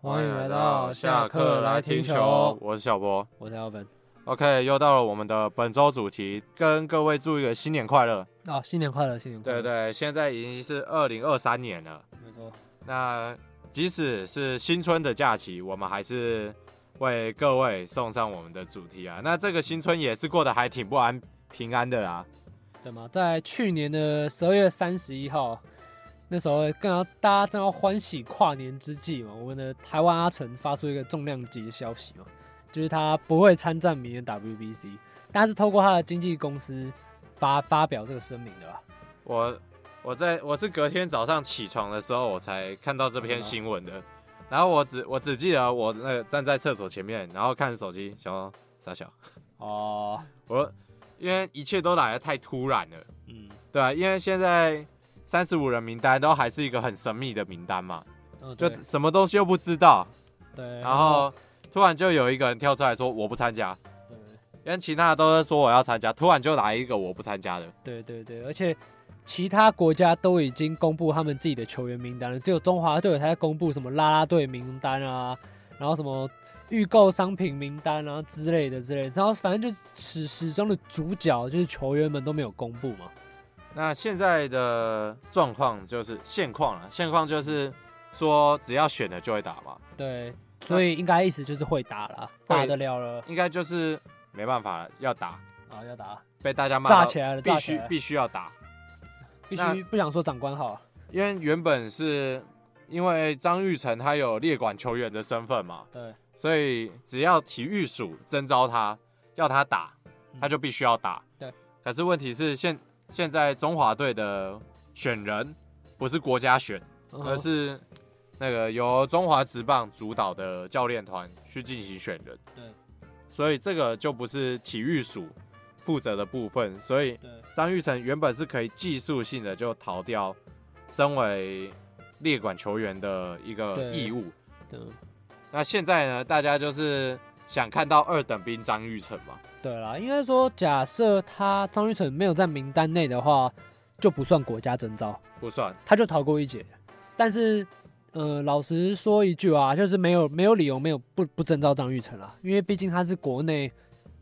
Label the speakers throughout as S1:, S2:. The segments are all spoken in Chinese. S1: 欢迎来到下课来听球，
S2: 我是小博。
S1: 我是 Alvin
S2: OK，又到了我们的本周主题，跟各位祝一个新年快乐。嗯
S1: 啊，新年快乐，新年快
S2: 对
S1: 乐，
S2: 对，现在已经是二零二三年了，
S1: 对，没错，
S2: 那即使是新春的假期，我们还是为各位送上我们的主题啊。那这个新春也是过得还挺不安平安的啦。
S1: 对吗？在去年的十二月三十一号，那时候刚好大家正要欢喜跨年之际嘛，我们的台湾阿成发出一个重量级的消息嘛，就是他不会参战明年 WBC，但他是透过他的经纪公司发发表这个声明的吧？
S2: 我我在我是隔天早上起床的时候，我才看到这
S1: 嗯
S2: 篇新闻的。然后我只我只记得我那个站在厕所前面，然后看手机，想说傻小，
S1: 哦，
S2: 我因为一切都来得太突然了，
S1: 嗯，
S2: 对啊，因为现在三十五人名单都还是一个很神秘的名单嘛，
S1: 嗯
S2: 就
S1: 对
S2: 什么东西又不知道，
S1: 对，
S2: 然后突然就有一个人跳出来说我不参加，
S1: 对。
S2: 因为其他的都是说我要参加，突然就来一个我不参加的，
S1: 对对对，而且其他国家都已经公布他们自己的球员名单了，只有中华队才在公布什么啦啦队名单啊，然后什么预购商品名单啊之类的之类的，然后反正就是始始终的主角就是球员们都没有公布嘛。
S2: 那现在的状况就是现况了，现况就是说只要选了就会打嘛，
S1: 对，所以应该意思就是会打了，
S2: 会
S1: 打得了了
S2: 应该就是没办法了，要打，
S1: 啊，要打，
S2: 被大家骂
S1: 炸
S2: 到
S1: 起来了，
S2: 必
S1: 炸起
S2: 须
S1: 来了，
S2: 必须要打，
S1: 必
S2: 那
S1: 须不想说长官啊好，
S2: 因为原本是因为张玉成他有列管球员的身份嘛，
S1: 对，
S2: 所以只要体育署征召他，要他打，他就必须要打。
S1: 对。
S2: 可是问题是现现在中华队的选人不是国家选，
S1: 嗯
S2: 而是那个由中华职棒主导的教练团去进行选人。
S1: 对。
S2: 所以这个就不是体育署负责的部分，所以
S1: 对
S2: 张玉成原本是可以技术性的就逃掉身为列管球员的一个
S1: 对
S2: 义务。
S1: 对
S2: 那现在呢，大家就是想看到二等兵张玉成嘛？
S1: 对啦，应该说假设他张玉成没有在名单内的话，就不算国家征召。
S2: 不算，
S1: 他就逃过一劫。但是，呃，老实说一句啊，就是没有没有理由没有不不征召张玉成啦，因为毕竟他是国内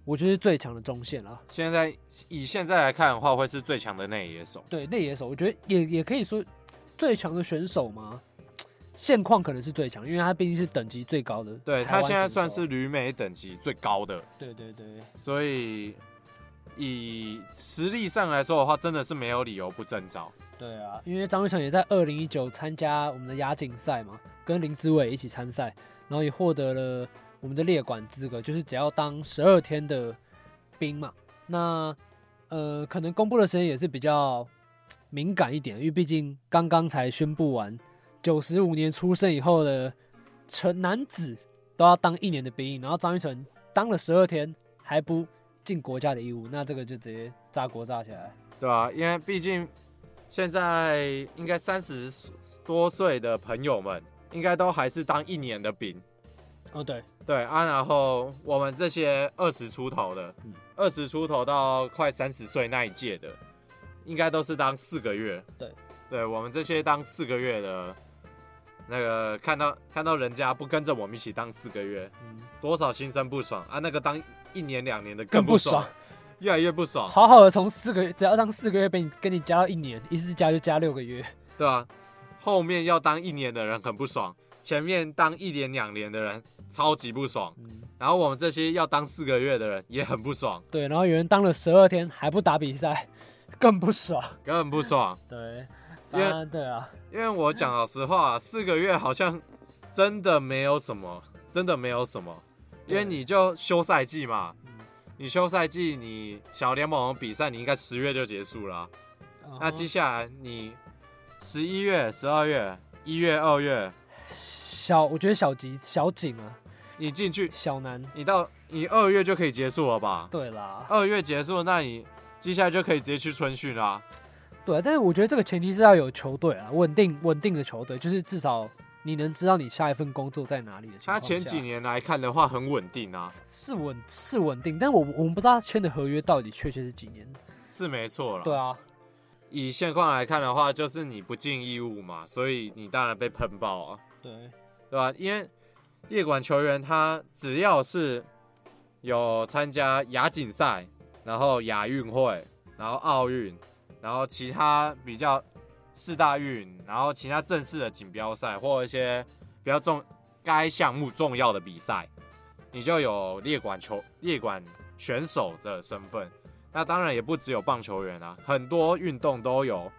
S1: 我觉得是最强的中线啦。
S2: 现在以现在来看的话，会是最强的内野手。
S1: 对内野手，我觉得也也可以说最强的选手嘛，现况可能是最强，因为他毕竟是等级最高的。
S2: 对
S1: 台
S2: 他
S1: 湾
S2: 现在
S1: 选手
S2: 算是旅美等级最高的，
S1: 对对对
S2: 所以以实力上来说的话，真的是没有理由不征召。
S1: 对啊，因为张玉成也在二零一九参加我们的亚锦赛嘛，跟林志伟一起参赛，然后也获得了我们的列管资格，就是只要当十二天的兵嘛。那呃，可能公布的时间也是比较敏感一点，因为毕竟刚刚才宣布完，九十五年出生以后的成男子都要当一年的兵役，然后张玉成当了十二天还不尽国家的义务，那这个就直接炸锅炸起来。
S2: 对啊，因为毕竟现在应该三十多岁的朋友们，应该都还是当一年的兵。
S1: 哦，对，
S2: 对啊，然后我们这些二十出头的
S1: 嗯，
S2: 二十、出头到快三十岁那一届的，应该都是当四个月。
S1: 对，
S2: 对我们这些当四个月的，那个看到看到人家不跟着我们一起当四个月，
S1: 嗯。
S2: 多少心生不爽啊！那个当一年两年的
S1: 更
S2: 不
S1: 不爽，
S2: 越来越不爽，
S1: 好好的从四个月，只要当四个月被你跟你加到一年，一次加就加六个 月。
S2: 对吧、后面要当一年的人很不爽，前面当一年两年的人超级不爽，
S1: 嗯，
S2: 然后我们这些要当四个月的人也很不爽，
S1: 对，然后有人当了十二天还不打比赛，更不爽。
S2: 根本不爽。
S1: 对，
S2: 因为
S1: 啊，对啊，
S2: 因为我讲老实话，四个月好像真的没有什么，真的没有什么，因为你就休赛季嘛
S1: 嗯，
S2: 你休赛季你小联盟比赛你应该十月就结束了啊、那接
S1: 嗯
S2: 下来你十一月、十二月、一月、二月，
S1: 小，我觉得小吉、小景啊，
S2: 你进去，
S1: 小南，
S2: 你到你二月就可以结束了吧？
S1: 对啦，
S2: 二月结束，那你接下来就可以直接去春训啦、
S1: 对，啊但是我觉得这个前提是要有球队啊，稳定稳定的球队，就是至少你能知道你下一份工作在哪里的情况
S2: 他
S1: 下。
S2: 前几年来看的话很稳定啊，
S1: 是稳是稳定，但我我们不知道他签的合约到底确切是几年。
S2: 是没错啦。
S1: 对啊，
S2: 以现况来看的话，就是你不尽义务嘛，所以你当然被喷爆啊，
S1: 对，
S2: 对吧、因为列管球员他只要是有参加亚锦赛，然后亚运会，然后奥运，然后其他比较四大运，然后其他正式的锦标赛或一些比较重该项目重要的比赛，你就有列管球列管选手的身份。那当然也不只有棒球员啊，很多运动都有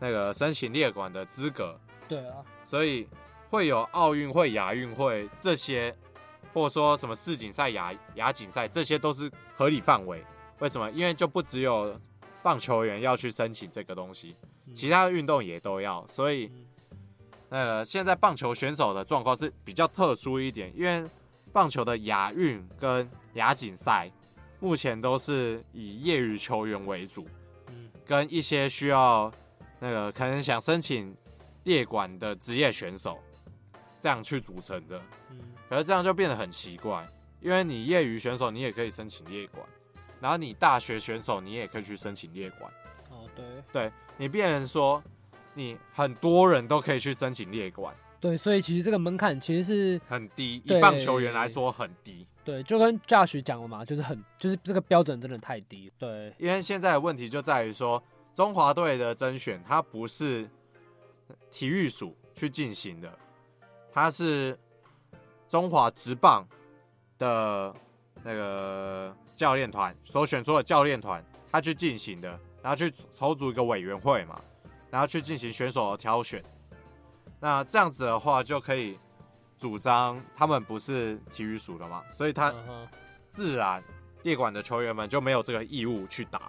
S2: 那个申请列管的资格，
S1: 对啊，
S2: 所以会有奥运会、亚运会这些，或者说什么世锦赛、亚亚锦赛，这些都是合理范围。为什么？因为就不只有棒球员要去申请这个东西，
S1: 嗯
S2: 其他的运动也都要。所以
S1: 嗯，
S2: 呃，现在棒球选手的状况是比较特殊一点，因为棒球的亚运跟亚锦赛目前都是以业余球员为主，
S1: 嗯
S2: 跟一些需要那个可能想申请列管的职业选手这样去组成的。
S1: 嗯
S2: 可是这样就变得很奇怪，因为你业余选手你也可以申请列管，然后你大学选手你也可以去申请列管，
S1: 哦对
S2: 你变成说你很多人都可以去申请列管，
S1: 对，所以其实这个门槛其实是
S2: 很低，
S1: 对
S2: 以棒球员来说很低。
S1: 对，就跟 Josh 讲了嘛，就是很就是这个标准真的太低了，对，
S2: 因为现在的问题就在于说，中华队的甄选它不是体育署去进行的，它是中华职棒的那个教练团所选出的教练团，他去进行的，然后去筹组一个委员会嘛，然后去进行选手的挑选。那这样子的话，就可以主张他们不是体育署的嘛，所以他
S1: 嗯哼
S2: 自然列管的球员们就没有这个义务去打。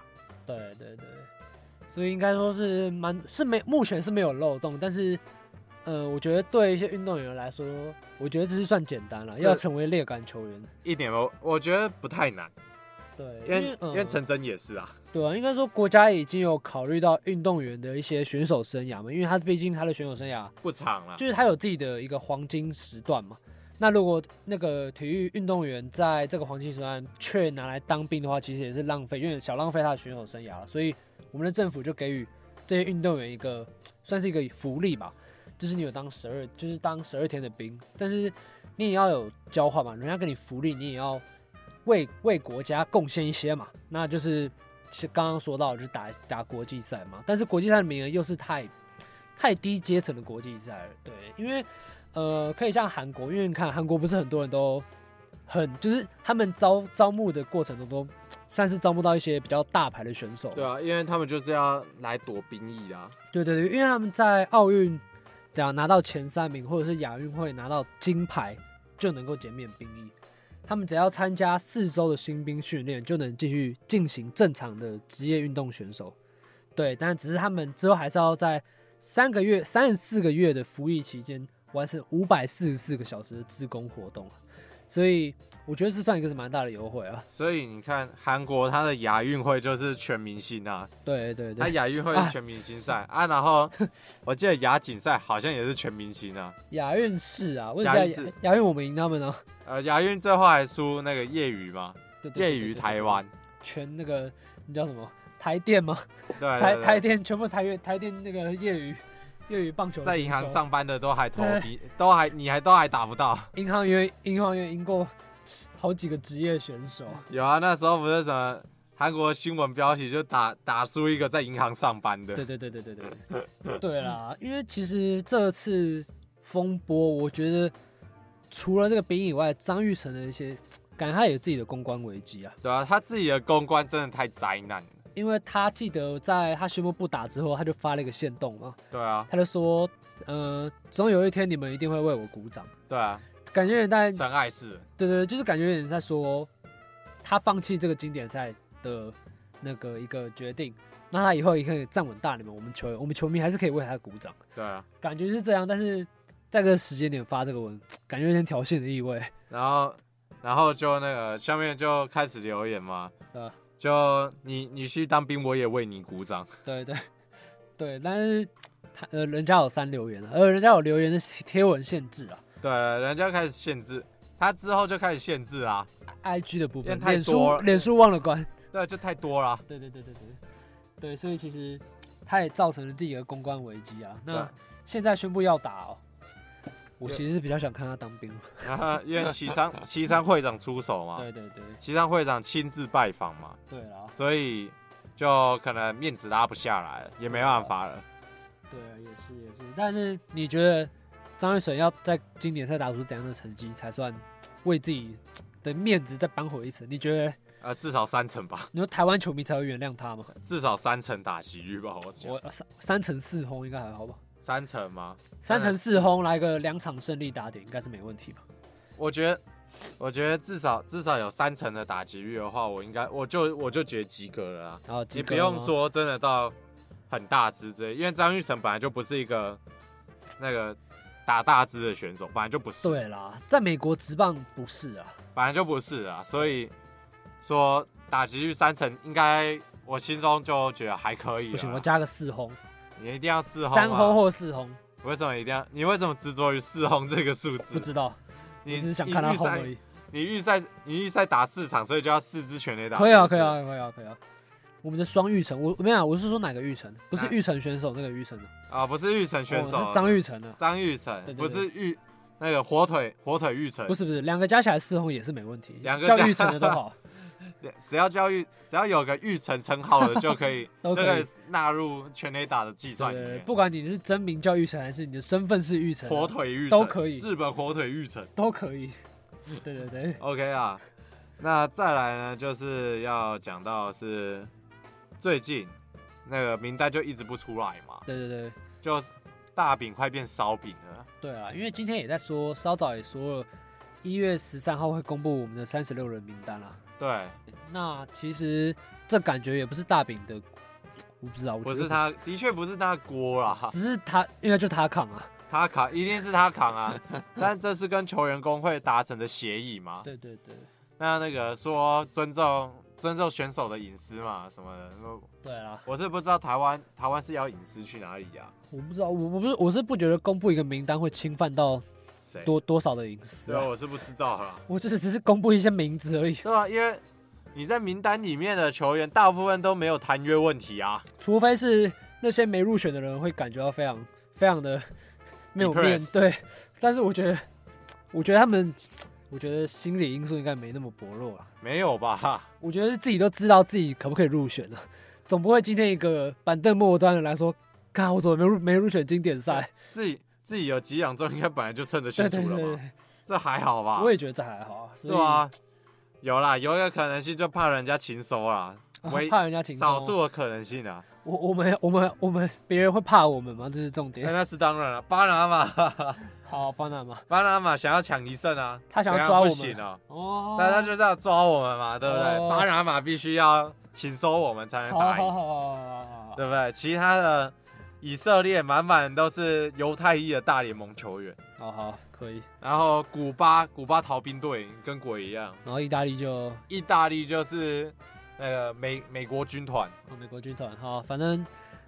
S1: 对对对，所以应该说是蛮是没目前是没有漏洞，但是呃，我觉得对一些运动员来说，我觉得这是算简单了，
S2: 这
S1: 要成为烈感球员，
S2: 一点都，我觉得不太难，
S1: 对，
S2: 因为
S1: 嗯
S2: 因为陈真也是啊，
S1: 对啊，应该说国家已经有考虑到运动员的一些选手生涯嘛，因为他毕竟他的选手生涯
S2: 不长了，
S1: 就是他有自己的一个黄金时段嘛。那如果那个体育运动员在这个黄金时段却拿来当兵的话，其实也是浪费，有点小浪费他的选手生涯了。所以我们的政府就给予这些运动员一个算是一个福利吧，就是你有当十二，就是当十二天的兵，但是你也要有交换嘛，人家给你福利，你也要为为国家贡献一些嘛。那就是是刚刚说到，就是打打国际赛嘛，但是国际赛的名额又是太太低阶层的国际赛了。对，因为呃，可以像韩国，因为你看韩国不是很多人都很，就是他们招招募的过程中都算是招募到一些比较大牌的选手。
S2: 对啊，因为他们就是要来躲兵役啊，
S1: 对对对，因为他们在奥运只要拿到前三名，或者是亚运会拿到金牌，就能够减免兵役。他们只要参加四周的新兵训练，就能继续进行正常的职业运动选手。对，但只是他们之后还是要在三个月、三十四个月的服役期间，完成五百四十四个小时的自工活动啊所以我觉得是算一个是蛮大的优惠啊。
S2: 所以你看韩国他的亚运会就是全明星啊，
S1: 对对
S2: 他
S1: 对，
S2: 亚运会是全明星赛啊，然后我记得亚锦赛好像也是全明星啊，
S1: 亚运是啊，我只
S2: 亚运
S1: 记得
S2: 是
S1: 亚亚运我们赢他们啊。
S2: 呃，亚运最后还输那个业余嘛，
S1: 对对对
S2: 业
S1: 对对
S2: 余
S1: 对
S2: 台
S1: 对
S2: 湾，
S1: 全那个你叫什么台电吗？
S2: 对对
S1: 台
S2: 对
S1: 台电全部台电台电那个业余业余棒球
S2: 在银行
S1: 选手，
S2: 上班的都还投
S1: 对
S2: 敌，都还你还都还打不到。
S1: 银行员银行员赢过好几个职业选手，
S2: 有啊，那时候不是什么韩国新闻标题就打打输一个在银行上班的，
S1: 对对对对对对对，对啦，因为其实这次风波，我觉得除了这个兵以外，张玉成的一些感觉他也有自己的公关危机啊，
S2: 对啊，他自己的公关真的太灾难了。
S1: 因为他记得在他宣布不打之后，他就发了一个线动嘛，
S2: 对啊，
S1: 他就说，呃，总有一天你们一定会为我鼓掌，
S2: 对啊，
S1: 感觉有点在
S2: 真爱是人，
S1: 对对，对就是感觉有点在说他放弃这个经典赛的那个一个决定，那他以后也可以站稳大联盟。我们球员，我们球迷还是可以为他鼓掌，
S2: 对啊。
S1: 感觉是这样。但是在这个时间点发这个文，感觉有点挑衅的意味。
S2: 然后，然后就那个下面就开始留言嘛，
S1: 嗯
S2: 就你你去当兵，我也为你鼓掌。
S1: 对对对，但是他呃，人家有三留言啊，呃，人家有留言的贴文限制啊
S2: 对，人家开始限制，他之后就开始限制啊，
S1: ，IG 的部分
S2: 因，为太
S1: 脸
S2: 多
S1: 书
S2: 了
S1: 脸书忘了关。
S2: 对，就太多了。
S1: 对对对对对对，所以其实他也造成了自己的公关危机啊。那
S2: 对
S1: 现在宣布要打哦，我其实是比较想看他当兵。
S2: 啊 因为齐昌齐昌会长出手嘛，
S1: 对对对，
S2: 齐昌会长亲自拜访嘛，
S1: 对啦，
S2: 所以就可能面子拉不下来，也没办法了。
S1: 对，也是也是。但是你觉得张玉水要在经典赛打出怎样的成绩，才算为自己的面子再扳回一城？你觉得，
S2: 呃，至少三成吧，
S1: 你说台湾球迷才会原谅他吗？
S2: 至少三成打击率吧，我讲
S1: 我三三乘四轰应该还好吧？
S2: 三成吗？
S1: 三乘四轰来个两场胜利打点，应该是没问题吧？
S2: 我觉得，我觉得至少至少有三成的打击率的话，我应该我就我就觉得及格了啊。
S1: 然后
S2: 你不用，说真的到很大只之类，因为张玉成本来就不是一个那个打大只的选手，本来就不是，
S1: 对啦，在美国职棒不是啊，
S2: 本来就不是啊，所以说打击率三成应该。我心中就觉得还可以
S1: 不行，我
S2: 了，
S1: 加个四轰，
S2: 你一定要啊四轰啊
S1: 三轰
S2: 吗？
S1: 或四轰，
S2: 为什么一定要？你为什么执着于四轰这个
S1: 不
S2: 数字？
S1: 知道，我
S2: 你
S1: 只是想
S2: 你
S1: 看他
S2: 预
S1: 轰
S2: 赛
S1: 而已。
S2: 你预赛你预赛打四场，所以就要四支全垒打。
S1: 可以啊，可
S2: 是不
S1: 以
S2: 是
S1: 啊，可以啊，可以啊。我们的双玉成，我我没有啊，我是说哪个玉成，不是
S2: 啊
S1: 玉成选手那个玉成啊
S2: 啊，不是玉成选手，
S1: 哦是张玉成啊，
S2: 张玉成，
S1: 对对
S2: 不是玉那个火腿火腿玉成
S1: 不，是不是，两个加起来四轰也是没问题，
S2: 两个
S1: 叫
S2: 加
S1: 玉成的都 好，
S2: 只要叫玉，只要有个玉成称号的就可以，
S1: 都
S2: 就
S1: 可以
S2: 可以纳入全垒打的计算欸里
S1: 对
S2: 面。
S1: 不管你是真名叫玉成还是你的身份是玉成啊，
S2: 火腿玉成
S1: 都可以
S2: 日本火腿玉成
S1: 都可以。对对对，
S2: ，OK 啊。那再来呢，就是要讲到是最近那个名单就一直不出来嘛，
S1: 对对对
S2: 就大饼快变烧饼了。
S1: 对啊！因为今天也在说，稍早也说了，一月十三号会公布我们的三十六人名单啊啦。
S2: 对，
S1: 那其实这感觉也不是大饼的，我不知道，我觉
S2: 不
S1: 得
S2: 是他，的确不是他锅啦，
S1: 只是他应该就他扛啊。
S2: 他扛一定是他 扛啊，但这是跟球员工会达成的协议嘛？
S1: 对对对，
S2: 那那个说尊重尊重选手的隐私嘛什么的，那
S1: 对啊，
S2: 我是不知道台湾台湾是要隐私去哪里呀、
S1: 我不知道，我我不是我是不觉得公布一个名单会侵犯到
S2: 谁？
S1: 多多少的隐私
S2: 对啊，
S1: 啊，
S2: 我是不知道啦。
S1: 我就是只是公布一些名字而已，
S2: 对啊，因为你在名单里面的球员大部分都没有谈约问题啊，
S1: 除非是那些没入选的人会感觉到非常非常的没有面
S2: Depressed
S1: 对，但是我觉得，我觉得他们，我觉得心理因素应该没那么薄弱啊，
S2: 没有吧？
S1: 我觉得是自己都知道自己可不可以入选啊，总不会今天一个板凳末端的来说，看我怎么没入没入选经典赛，
S2: 自己自己有几两中应该本来就称得清
S1: 对
S2: 楚
S1: 对
S2: 了
S1: 对，
S2: 嘛，这还好吧？
S1: 我也觉得这还好啊，所以
S2: 对啊，有啦，有一个可能性就怕人家情收啦，
S1: 啊
S2: 唯
S1: 怕人家情
S2: 少数的可能性啊，
S1: 我我们我们我们别人会怕我们吗？这是重
S2: 那
S1: 点。
S2: 那是当然了。巴拿马，
S1: 好，巴拿马，
S2: 巴拿马想要抢一胜啊，
S1: 他想要
S2: 怎样
S1: 抓我们
S2: 不行哦，
S1: 哦，
S2: 但他就是要抓我们嘛，对不
S1: 哦
S2: 对？巴拿马必须要请收我们才能
S1: 好好
S2: 打
S1: 好好
S2: 赢，
S1: 好好好，
S2: 对不对？其他的以色列满满都是犹太裔的大联盟球员，
S1: 好好可以。
S2: 然后古巴，古巴逃兵队跟鬼一样，
S1: 然后意大利就、哦
S2: 意大利就是那个美美国军团，
S1: 美国军团，好，反正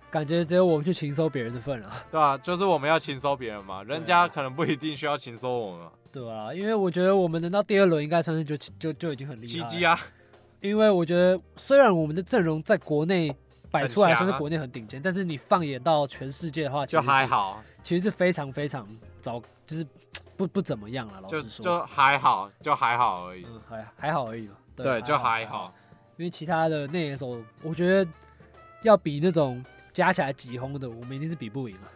S1: 感觉只有我们去勤收别人的份了，
S2: 对吧、啊就是我们要请收别人嘛，
S1: 啊
S2: 人家可能不一定需要请收我们嘛，
S1: 对吧、因为我觉得我们能到第二轮应该算是就就就已经很厉害
S2: 奇
S1: 了。
S2: 迹啊！
S1: 因为我觉得虽然我们的阵容在国内摆出来
S2: 很强
S1: 算
S2: 啊
S1: 是国内很顶尖，但是你放眼到全世界的话， 其
S2: 就
S1: 实是
S2: 还，好，
S1: 其实是非常非常糟，就是不不怎么样了。老
S2: 就
S1: 实说，
S2: 就还好，就还好而已。
S1: 嗯，还还好而已嘛。
S2: 对，就还。好。
S1: 因为其他的内野手，我觉得要比那种加起来几轰的，我们一定是比不赢啊，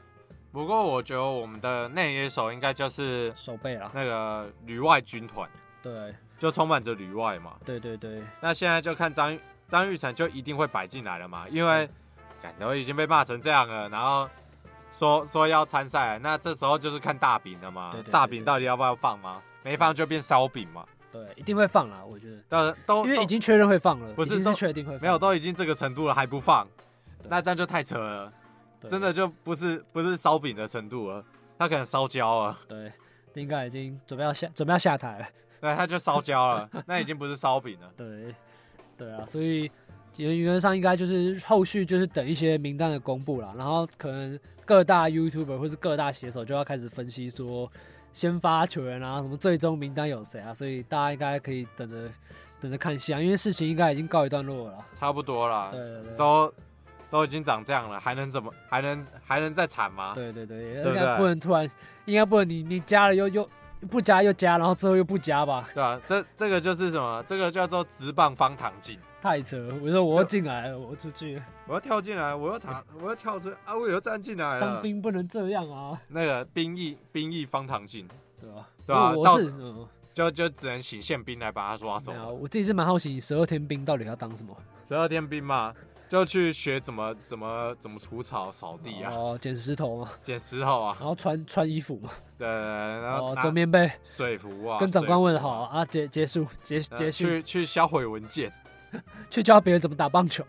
S2: 不过我觉得我们的内野手应该就是
S1: 手背啦。
S2: 那个旅外军团，
S1: 对
S2: 就充满着旅外嘛。
S1: 对对对，
S2: 那现在就看张玉张玉成就一定会摆进来了嘛，因
S1: 嗯
S2: 为感都已经被骂成这样了，然后说说要参赛了，那这时候就是看大饼了嘛。
S1: 对对对
S2: 大饼到底要不要放吗？没放就变烧饼嘛。
S1: 对，一定会放啦，我觉得，
S2: 到都
S1: 因为
S2: 都
S1: 已经确认会放了，
S2: 不是
S1: 已经
S2: 都
S1: 是确定会放
S2: 没有，都已经这个程度了还不放，
S1: 对
S2: 那这样就太扯了，
S1: 对
S2: 真的就不是不是烧饼的程度了，他可能烧焦了，
S1: 对，应该已经准备要下准备要下台了，
S2: 对，他就烧焦了，那已经不是烧饼了，
S1: 对对啊，所以原原则上应该就是后续就是等一些名单的公布啦，然后可能各大 YouTuber 或是各大写手就要开始分析说先发球员啊，什么最终名单有谁啊，所以大家应该可以等着等着看戏啊，因为事情应该已经告一段落了啦。
S2: 差不多啦
S1: 对，对对，
S2: 都都已经长这样了，还能怎么还能还能再惨吗？
S1: 对对对，应
S2: 对不
S1: 该
S2: 对
S1: 不能突然，应该不能你你加了又又不加又加，然后之后又不加吧，
S2: 对吧？这这个就是什么？这个叫做直棒方糖镜。
S1: 太扯了！我说我要
S2: 就
S1: 进来了，我出去了
S2: 我要跳进来，我要打，我要跳出来啊！我又站进来
S1: 当
S2: 了。
S1: 兵不能这样啊，
S2: 那个兵役兵役方糖镜，
S1: 对吧？
S2: 对啊
S1: 如果
S2: 到
S1: 我是嗯，
S2: 就就只能请宪兵来把他抓走
S1: 没。有，我自己是蛮好奇十二天兵到底要当什么
S2: 十二天兵嘛，就去学怎么怎么怎么除草、扫地啊、
S1: 哦，捡石头嘛，
S2: 捡石头啊，
S1: 然后 穿穿衣服嘛，
S2: 对，然后
S1: 哦，
S2: 拿
S1: 折棉被，
S2: 水壶啊，
S1: 跟长官
S2: 水
S1: 问好啊，结结束结
S2: 壶啊
S1: 结束，
S2: 去去销毁文件，
S1: 去教别人怎么打棒球，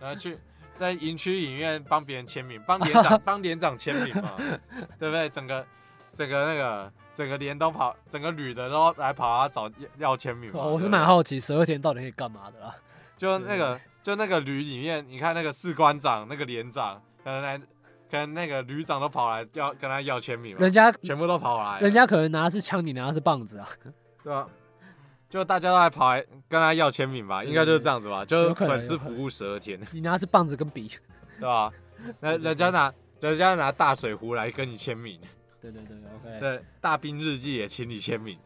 S2: 然后 去在营区影院帮别人签名，帮连长帮连长签名嘛，对不对？整个整个那个整个连都跑，整个旅的都来跑他找要要签名嘛。
S1: 哦我
S2: 对
S1: 是
S2: 不对
S1: 蛮好奇十二天到底可以干嘛的啦。
S2: 就那个就那个旅里面，你看那个士官长、那个连长，可能来跟那个旅长都跑来要跟他要签名嘛
S1: 人，家
S2: 全部都跑来了，
S1: 人家可能拿的是枪，你拿的是棒子啊，
S2: 对吧、就大家都来跑来跟他要签名吧，
S1: 对
S2: 应该就是这样子吧，就
S1: 有
S2: 是
S1: 可能
S2: 粉丝服务十二天，
S1: 你拿的是棒子跟笔。
S2: 对吧？那人家拿人家拿大水壶来跟你签名，
S1: 对对对，OK
S2: 对，大兵日记也请你签名。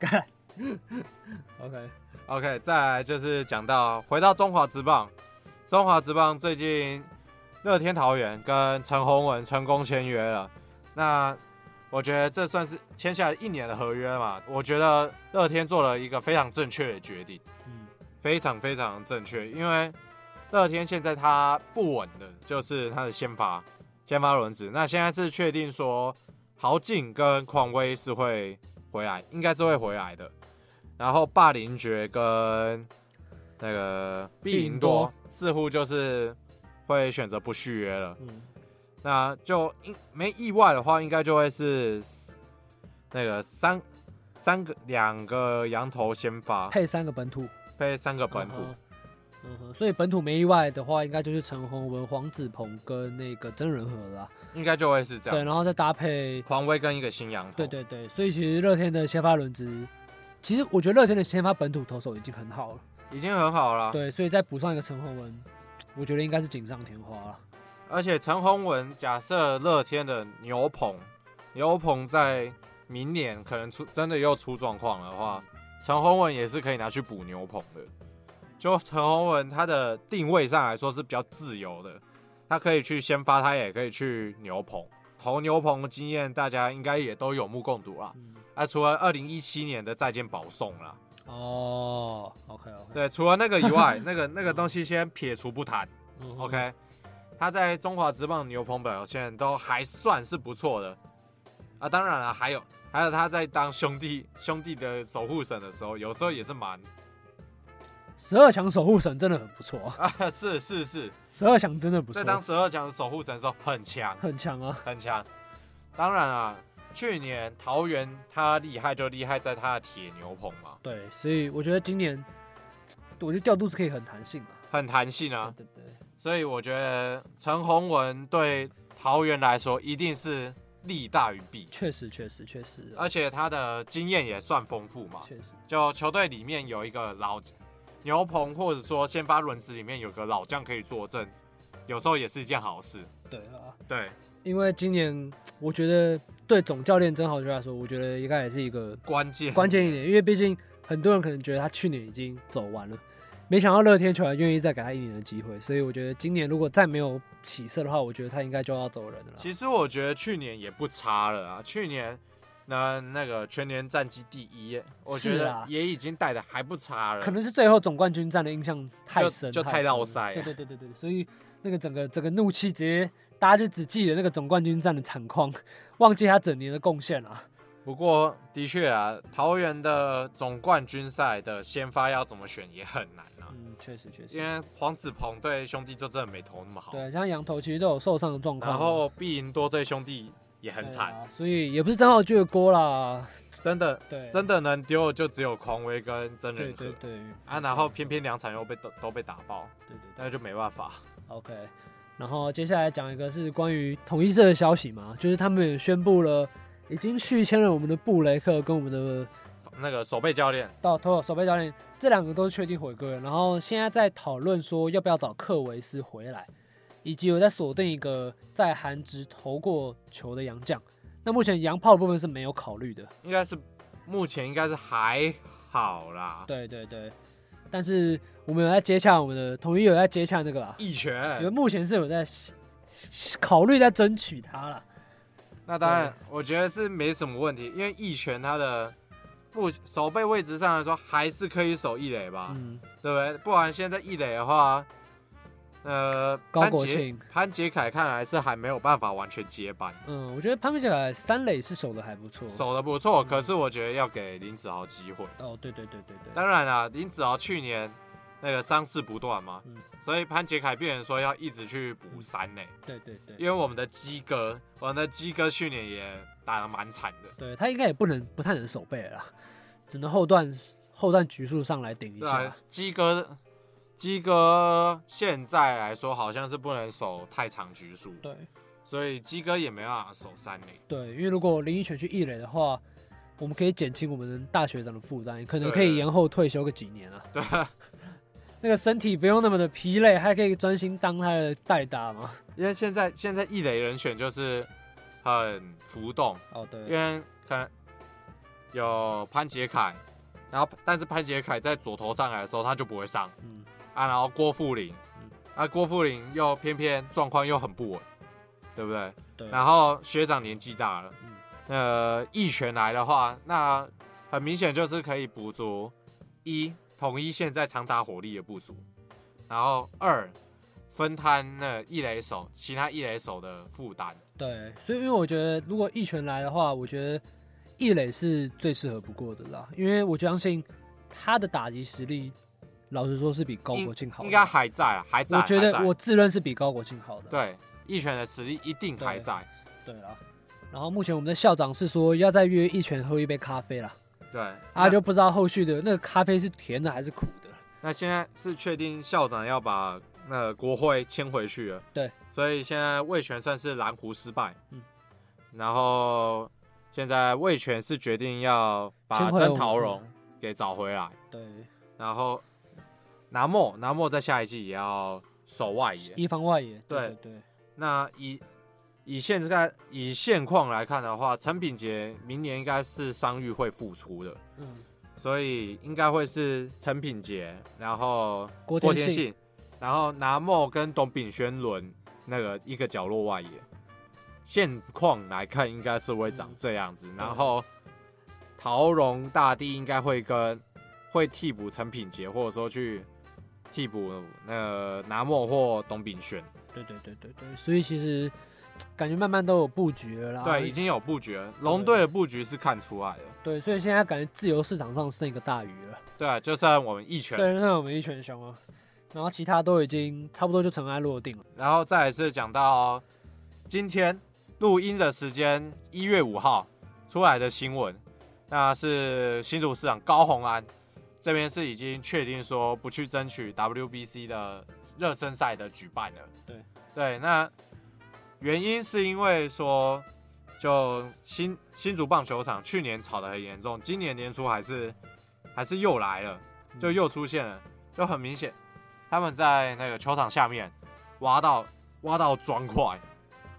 S1: OK，
S2: OK，再来就是讲到回到中华职棒，中华职棒最近乐天桃园跟陈宏文成功签约了，那我觉得这算是签下一年的合约嘛，我觉得乐天做了一个非常正确的决定，
S1: 嗯，
S2: 非常非常正确，因为乐天现在他不稳的就是他的先发先发轮值，那现在是确定说豪进跟匡威是会回来，应该是会回来的。然后霸凌爵跟那个毕
S1: 毕
S2: 银
S1: 银多
S2: 多似乎就是会选择不续约了。
S1: 嗯
S2: 那就应没意外的话，应该就会是那个三三个两个羊头先发
S1: 配三个本土，
S2: 配三个啊本土。
S1: 嗯哼。嗯哼，所以本土没意外的话，应该就是陈宏文、黄子鹏跟那个真人和了啊。
S2: 应该就会是这
S1: 对，
S2: 样。
S1: 然后再搭配，
S2: 狂威跟一个新羊头，
S1: 对对对，所以其实乐天的先发轮值，其实我觉得乐天的先发本土投手已经很好了。
S2: 已经很好了。
S1: 对，所以再补上一个陈宏文，我觉得应该是锦上添花了。
S2: 而且陈宏文假设乐天的牛棚，牛棚在明年可能出真的又出状况的话，陈宏文也是可以拿去补牛棚的。就陈宏文他的定位上来说是比较自由的，他可以去先发，他也可以去牛棚。投牛棚的经验大家应该也都有目共睹啦。
S1: 嗯，
S2: 啊，除了二零一七年的再见保送啦，
S1: 哦，OK OK，，
S2: 对，除了那个 以外，那个那个东西先撇除不谈。
S1: 嗯哼
S2: OK，他在中华职棒牛棚表现都还算是不错的啊。当然了，还有还有他在当兄弟兄弟的守护神的时候，有时候也是蛮
S1: 十二强守护神真的很不错啊，
S2: 啊，是是是，
S1: 十二强真的不错
S2: 在，当十二强的守护神的时候很强
S1: 很强啊。
S2: 很强。当然啊，去年桃园他厉害就厉害在他的铁牛棚嘛，
S1: 对，所以我觉得今年，我觉得调度是可以很弹性啊。
S2: 很弹性啊。
S1: 对对对，
S2: 所以我觉得陈宏文对桃园来说一定是利大于弊，
S1: 确实确实确实啊，
S2: 而且他的经验也算丰富嘛。
S1: 确实，
S2: 就球队里面有一个老牛棚，或者说先发轮值里面有个老将可以作证，有时候也是一件好事。
S1: 对啊。
S2: 对，
S1: 因为今年我觉得对总教练曾豪哲来说，我觉得应该也是一个
S2: 关键
S1: 关键一点，因为毕竟很多人可能觉得他去年已经走完了，没想到乐天球员愿意再给他一年的机会，所以我觉得今年如果再没有起色的话，我觉得他应该就要走人了啦。
S2: 其实我觉得去年也不差了啊，去年那那个全年战绩第一耶，我觉
S1: 是
S2: 得
S1: 啊
S2: 也已经带的还不差了。
S1: 可能是最后总冠军战的印象太
S2: 就
S1: 深，
S2: 就太
S1: 深
S2: 绕赛
S1: 对对对对对，所以那个整个整个怒气直接，大家就只记得那个总冠军战的惨况，忘记他整年的贡献了。
S2: 不过的确啊，桃园的总冠军赛的先发要怎么选也很难啊，
S1: 嗯，确实确
S2: 因
S1: 实。
S2: 为黄子鹏对兄弟就真的没投那么好，
S1: 对，像羊头其实都有受伤的状况，
S2: 然后毕银多对兄弟也很
S1: 对
S2: 惨，
S1: 啊所以也不是正好就锅啦。
S2: 真的
S1: 对，
S2: 真的能丢的就只有匡威跟真
S1: 对
S2: 人
S1: 对
S2: 和
S1: 对
S2: 啊，然后偏偏两场又被都都被打爆，
S1: 对对对
S2: 那就没办法。
S1: ，OK。然后接下来讲一个是关于统一社的消息嘛，就是他们也宣布了，已经续签了我们的布雷克跟我们的
S2: 那个守备教练
S1: 到托尔守备教练这两个都是确定回归了，然后现在在讨论说要不要找克维斯回来，以及有在锁定一个在韩职投过球的洋将。那目前洋炮的部分是没有考虑的，
S2: 应该是目前应该是还好啦。
S1: 对对对。但是我们有在接洽我们的统一有在接洽那个啦，
S2: 一
S1: 因为
S2: 拳，
S1: 目前是有在考虑在争取他啦。
S2: 那当然，我觉得是没什么问题，因为一拳他的目守备位置上来说，还是可以守一垒吧，
S1: 嗯，
S2: 对不对？不然现在一垒的话，呃，
S1: 高
S2: 潘
S1: 国
S2: 杰
S1: 庆，
S2: 潘杰凯看来是还没有办法完全接班，
S1: 嗯，我觉得潘杰凯三垒是守的还不错。
S2: 守的不错，可是我觉得要给林子豪机会。
S1: 哦，对对对对对，
S2: 当然啦，林子豪去年那个伤势不断嘛，
S1: 嗯
S2: 所以潘杰凯变成说要一直去补三垒，
S1: 对对对，
S2: 因为我们的鸡哥，我们的鸡哥去年也打得蛮惨的，
S1: 对他应该也不能不太能守备了啦，只能后段后段局数上来顶一
S2: 对啊
S1: 下。，
S2: 鸡哥，鸡哥现在来说好像是不能守太长局数，
S1: 对
S2: 所以鸡哥也没办法守三垒，
S1: 对，因为如果林依泉去一垒的话，我们可以减轻我们大学长的负担，可能可以
S2: 对
S1: 延后退休个几年啊。对， 那个身体不用那么的疲累，还可以专心当他的代打嘛。
S2: 因为现在现在一垒人选就是很浮动，
S1: 哦，
S2: 因
S1: 对，
S2: 为可能有潘杰凯，然后但是潘杰凯在左投上来的时候他就不会上。
S1: 嗯，
S2: 啊，然后郭富林
S1: 嗯，
S2: 啊，郭富林又偏偏状况又很不稳，对不对？
S1: 对，
S2: 然后学长年纪大了
S1: 嗯，
S2: 呃，一拳来的话，那很明显就是可以补足一统一现在长打火力的不足，然后二分摊那一垒手其他一垒手的负担。
S1: 对，所以因为我觉得如果一拳来的话，我觉得易磊是最适合不过的啦，因为我相信他的打击实力，老实说是比高国庆好的
S2: 应该还在啊，还在，
S1: 我觉
S2: 还
S1: 得
S2: 在
S1: 我自认是比高国庆好的。
S2: 对一拳的实力一定还在，
S1: 对啦，然后目前我们的校长是说要再约一拳喝一杯咖啡啦，
S2: 对，
S1: 啊就不知道后续的那个咖啡是甜的还是苦的。
S2: 那现在是确定校长要把那个国会迁回去了，
S1: 对，
S2: 所以现在魏权算是蓝湖失败，
S1: 嗯，
S2: 然后现在魏权是决定要把
S1: 迁回
S2: 曾
S1: 我
S2: 陶
S1: 们嗯
S2: 荣给找回来，
S1: 对，
S2: 然后拿莫拿莫在下一季也要守外野，
S1: 一方外野。
S2: 对
S1: 对对，
S2: 那以以现在以现况来看的话，陈炳杰明年应该是伤愈会复出的，
S1: 嗯，
S2: 所以应该会是陈品杰，然后
S1: 郭
S2: 郭
S1: 天
S2: 天
S1: 信
S2: 信，然后拿莫跟董炳轩轮那个一个角落外野。现况来看，应该是会长这样子。
S1: 嗯
S2: 然后陶荣大帝应该会跟会替补陈品杰，或者说去替补那个拿莫或董炳轩。
S1: 对对对对对，所以其实感觉慢慢都有布局了啦。
S2: 对，已经有布局了，龙队的布局是看出来的。
S1: 对，所以现在感觉自由市场上剩一个大鱼了。
S2: 对啊，就算我们一拳
S1: 对，那我们一拳熊啊，然后其他都已经差不多就尘埃落定了。
S2: 然后再来是讲到哦今天录音的时间，一月五号出来的新闻，那是新竹市长高虹安这边是已经确定说不去争取 WBC 的热身赛的举办了。
S1: 对
S2: 对，那原因是因为说，就新新竹棒球场去年吵得很严重，今年年初还是还是又来了，就又出现了，就很明显，他们在那个球场下面挖到挖到砖块，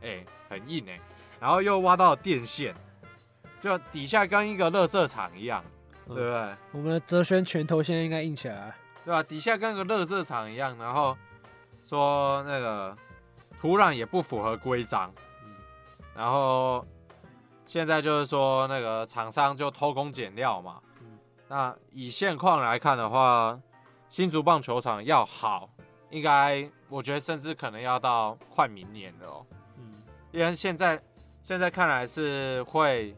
S2: 哎、很硬哎、然后又挖到电线，就底下跟一个垃圾场一样，
S1: 嗯
S2: 对不对？
S1: 我们的哲轩拳头现在应该硬起来了。
S2: 对吧、底下跟个垃圾场一样，然后说那个土壤也不符合规章，
S1: 嗯
S2: 然后现在就是说那个厂商就偷工减料嘛
S1: 嗯。
S2: 那以现况来看的话，新竹棒球场要好，应该我觉得甚至可能要到快明年了哦，
S1: 嗯，
S2: 因为现在现在看来是会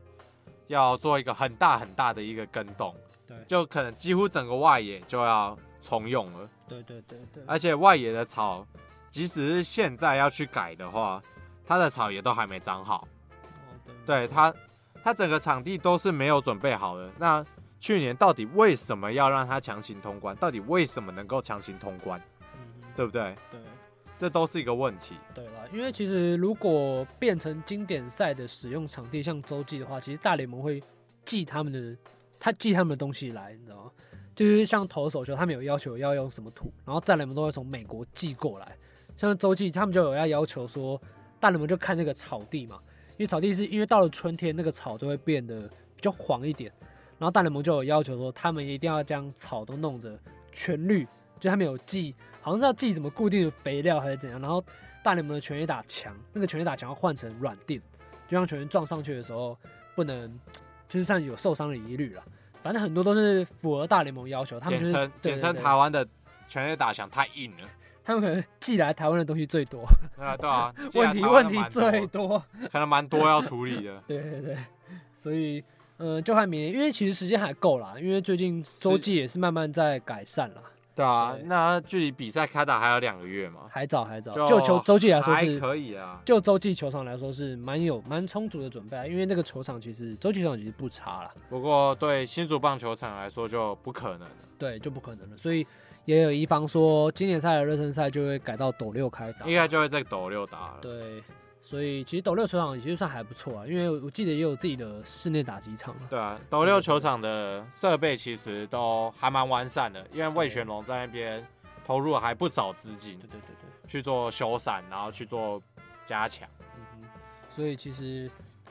S2: 要做一个很大很大的一个跟动，
S1: 对
S2: 就可能几乎整个外野就要重用了。
S1: 对对对对。
S2: 而且外野的草，即使是现在要去改的话，它的草也都还没长好。
S1: 哦
S2: 对它，它整个场地都是没有准备好的。那去年到底为什么要让它强行通关？到底为什么能够强行通关？
S1: 嗯嗯
S2: 对不对？
S1: 对。
S2: 这都是一个问题。
S1: 对啦，因为其实如果变成经典赛的使用场地，像洲际的话，其实大联盟会寄他们的，他寄他们的东西来，你知道吗？就是像投手球，他们有要求要用什么土，然后大联盟都会从美国寄过来，像洲际他们就有要要求说，大人们就看那个草地嘛，因为草地是因为到了春天，那个草都会变得比较黄一点。然后大联盟就有要求说，他们一定要将草都弄着全绿，就他们有寄，好像是要寄什么固定的肥料还是怎样。然后大联盟的全垒打墙，那个全垒打墙要换成软垫，就让球员撞上去的时候不能，就是算有受伤的疑虑了。反正很多都是符合大联盟要求，他们就
S2: 简
S1: 是
S2: 称
S1: 对对
S2: 简称
S1: 对
S2: 台湾的全垒打墙太硬了。
S1: 他们可能寄来台湾的东西最多，
S2: 啊，对 啊，既
S1: 问
S2: 然
S1: 题
S2: 台
S1: 问
S2: 湾的
S1: 题
S2: 蛮多
S1: 最多。。
S2: 可能蛮多要处理的
S1: 对对对，所以呃，就看明年，因为其实时间还够啦，因为最近洲际也是慢慢在改善啦，
S2: 对啊
S1: 对，
S2: 那距离比赛开打还有两个月嘛，
S1: 还早还早。就球洲际来说
S2: 还
S1: 是，
S2: 可以啊。
S1: 就洲际球场来说是蛮有蛮充足的准备啊，因为那个球场其实洲际球场其实不差啦，
S2: 不过对新竹棒球场来说就不可能了。
S1: 对，就不可能了。所以也有一方说，今年赛的热身赛就会改到斗六开打，
S2: 应该就会在斗六打了。
S1: 啊对。啊所以其实斗六球场其实算还不错啊，因为我记得也有自己的室内打击场了。
S2: 对啊，斗六球场的设备其实都还蛮完善的，因为魏全龙在那边投入了还不少资金
S1: 对对对对。
S2: 去做修缮，然后去做加强。
S1: 嗯哼，所以其实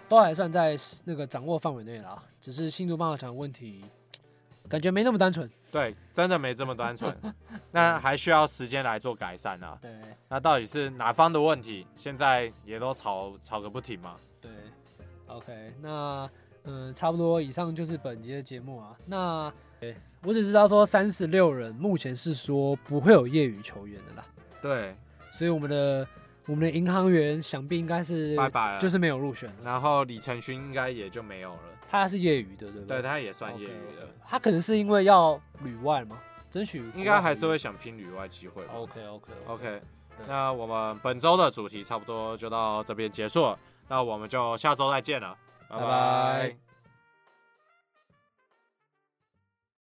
S1: 都还算在那个掌握范围内啦，只是新竹棒球场问题感觉没那么单纯。
S2: 对，真的没这么单纯， 那还需要时间来做改善啊。
S1: 对
S2: 那到底是哪方的问题？现在也都吵吵个不停嘛。
S1: 对，OK，那嗯，差不多以上就是本集的节目啊。那我只知道说三十六人目前是说不会有业余球员的啦，
S2: 对，
S1: 所以我们的我们的银行员想必应该是
S2: 拜拜了。，
S1: 就是是没有入选了，
S2: 然后李承勋应该也就没有了。
S1: 他是业余的，对不
S2: 对，
S1: 对
S2: 他也算业余的
S1: OK，OK，他可能是因为要旅外嘛，争取
S2: 应该还是会想拼旅外机会吧。
S1: OK OK
S2: OK，
S1: 对
S2: 那我们本周的主题差不多就到这边结束了，那我们就下周再见了，拜
S1: 拜拜